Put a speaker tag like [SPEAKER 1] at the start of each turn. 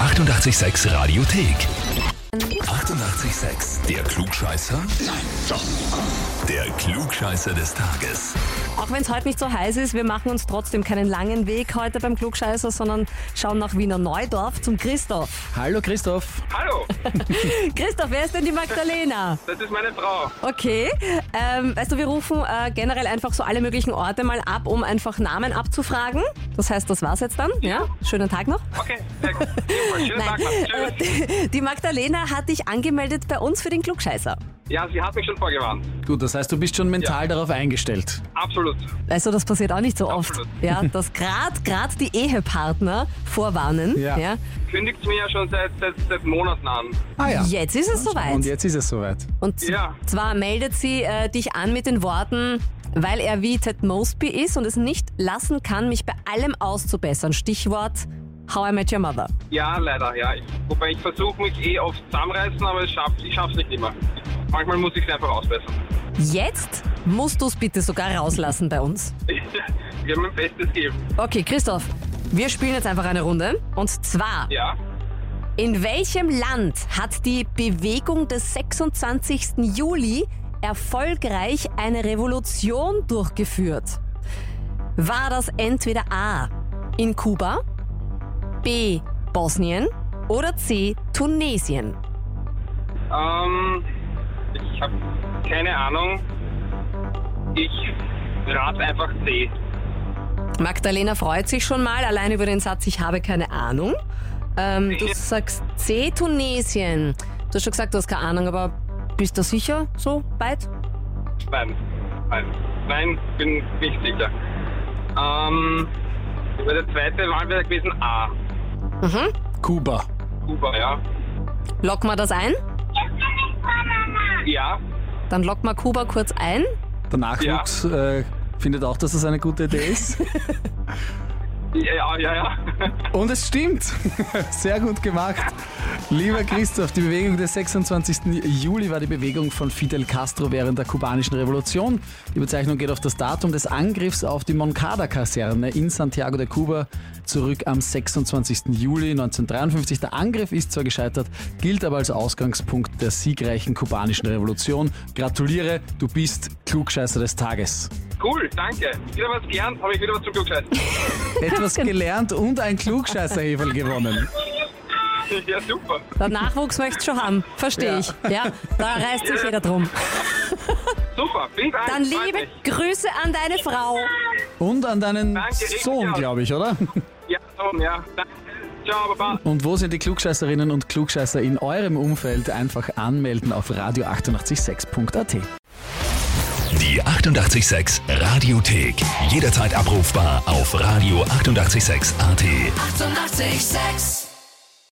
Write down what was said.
[SPEAKER 1] 886 Radiothek. 88,6. Der Klugscheißer? Nein, doch. Der Klugscheißer des Tages.
[SPEAKER 2] Auch wenn es heute nicht so heiß ist, wir machen uns trotzdem keinen langen Weg heute beim Klugscheißer, sondern schauen nach Wiener Neudorf zum Christoph.
[SPEAKER 3] Hallo Christoph.
[SPEAKER 4] Hallo,
[SPEAKER 2] Christoph, wer ist denn die Magdalena?
[SPEAKER 4] das ist meine Frau.
[SPEAKER 2] Okay, ähm, weißt du, wir rufen äh, generell einfach so alle möglichen Orte mal ab, um einfach Namen abzufragen. Das heißt, das war's jetzt dann. Ja, schönen Tag noch.
[SPEAKER 4] Okay, sehr gut. Jedenfalls, Schönen Tag noch. Tschüss.
[SPEAKER 2] äh, die Magdalena hat dich angemeldet bei uns für den Klugscheißer.
[SPEAKER 4] Ja, sie hat mich schon vorgewarnt.
[SPEAKER 3] Gut, das heißt, du bist schon mental darauf eingestellt.
[SPEAKER 4] Absolut.
[SPEAKER 2] Also das passiert auch nicht so oft.
[SPEAKER 4] Absolut.
[SPEAKER 2] Ja, dass gerade grad die Ehepartner vorwarnen.
[SPEAKER 3] Ja.
[SPEAKER 2] Ja.
[SPEAKER 4] Kündigt mir ja schon seit, seit, seit Monaten an.
[SPEAKER 3] Ah
[SPEAKER 2] Jetzt ist es soweit.
[SPEAKER 3] Und jetzt ist es soweit.
[SPEAKER 2] Und z-
[SPEAKER 4] Ja.
[SPEAKER 2] zwar meldet sie äh, dich an mit den Worten, weil er wie Ted Mosby ist und es nicht lassen kann, mich bei allem auszubessern. Stichwort How I Met Your Mother.
[SPEAKER 4] Ja, leider, ja. Ich, wobei ich versuche mich eh oft zusammenreißen, aber ich schaff's, ich schaff's nicht immer. Manchmal muss ich es einfach ausbessern.
[SPEAKER 2] Jetzt musst du es bitte sogar rauslassen bei uns.
[SPEAKER 4] Ich werde mein Bestes geben.
[SPEAKER 2] Okay, Christoph, wir spielen jetzt einfach eine Runde. Und zwar,
[SPEAKER 4] Ja.
[SPEAKER 2] in welchem Land hat die Bewegung des 26. Juli erfolgreich eine Revolution durchgeführt? War das entweder A in Kuba, B Bosnien oder C Tunesien?
[SPEAKER 4] Ähm, ich habe keine Ahnung. Ich rate einfach C.
[SPEAKER 2] Magdalena freut sich schon mal allein über den Satz, ich habe keine Ahnung. Ähm, du
[SPEAKER 4] Ja.
[SPEAKER 2] sagst C, Tunesien. Du hast schon gesagt, du hast keine Ahnung, aber bist du sicher so weit?
[SPEAKER 4] Nein. Nein. Nein, bin nicht sicher. Ähm, bei der zweiten Wahl wäre gewesen A.
[SPEAKER 3] Kuba.
[SPEAKER 4] Kuba, ja.
[SPEAKER 2] Lock mal das ein,
[SPEAKER 4] Ja,
[SPEAKER 2] dann lock mal Kuba kurz ein.
[SPEAKER 3] Der Nachwuchs äh, findet auch, dass das eine gute Idee ist.
[SPEAKER 4] ja, ja, ja.
[SPEAKER 3] Und es stimmt. Sehr gut gemacht. Lieber Christoph, die Bewegung des 26. Juli war die Bewegung von Fidel Castro während der kubanischen Revolution. Die Bezeichnung geht auf das Datum des Angriffs auf die Moncada-Kaserne in Santiago de Cuba zurück am 26. Juli 1953. Der Angriff ist zwar gescheitert, gilt aber als Ausgangspunkt der siegreichen kubanischen Revolution. Gratuliere, du bist Klugscheißer des Tages.
[SPEAKER 4] Cool, danke. Wieder was gelernt, habe ich wieder was zum Glück gesagt.
[SPEAKER 3] Etwas gelernt und ein Klugscheißerhefel gewonnen.
[SPEAKER 4] Ja, super.
[SPEAKER 2] Der Nachwuchs möchtest schon haben, verstehe
[SPEAKER 3] Ja.
[SPEAKER 2] ich. Ja, da reißt sich jeder drum.
[SPEAKER 4] Super, vielen Dank.
[SPEAKER 2] Dann
[SPEAKER 4] freut
[SPEAKER 2] liebe
[SPEAKER 4] mich.
[SPEAKER 2] Grüße an deine Frau.
[SPEAKER 3] Und an deinen
[SPEAKER 4] Danke, richtig
[SPEAKER 3] Sohn,
[SPEAKER 4] aus.
[SPEAKER 3] glaube ich, oder?
[SPEAKER 4] Ja, Tom, ja. Danke. Ciao, Baba.
[SPEAKER 3] Und wo sind die Klugscheißerinnen und Klugscheißer in eurem Umfeld? Einfach anmelden auf radio886.at.
[SPEAKER 1] Die 88,6 Radiothek. Jederzeit abrufbar auf radio886.at. 88,6.
[SPEAKER 5] Eighty-eight, sex.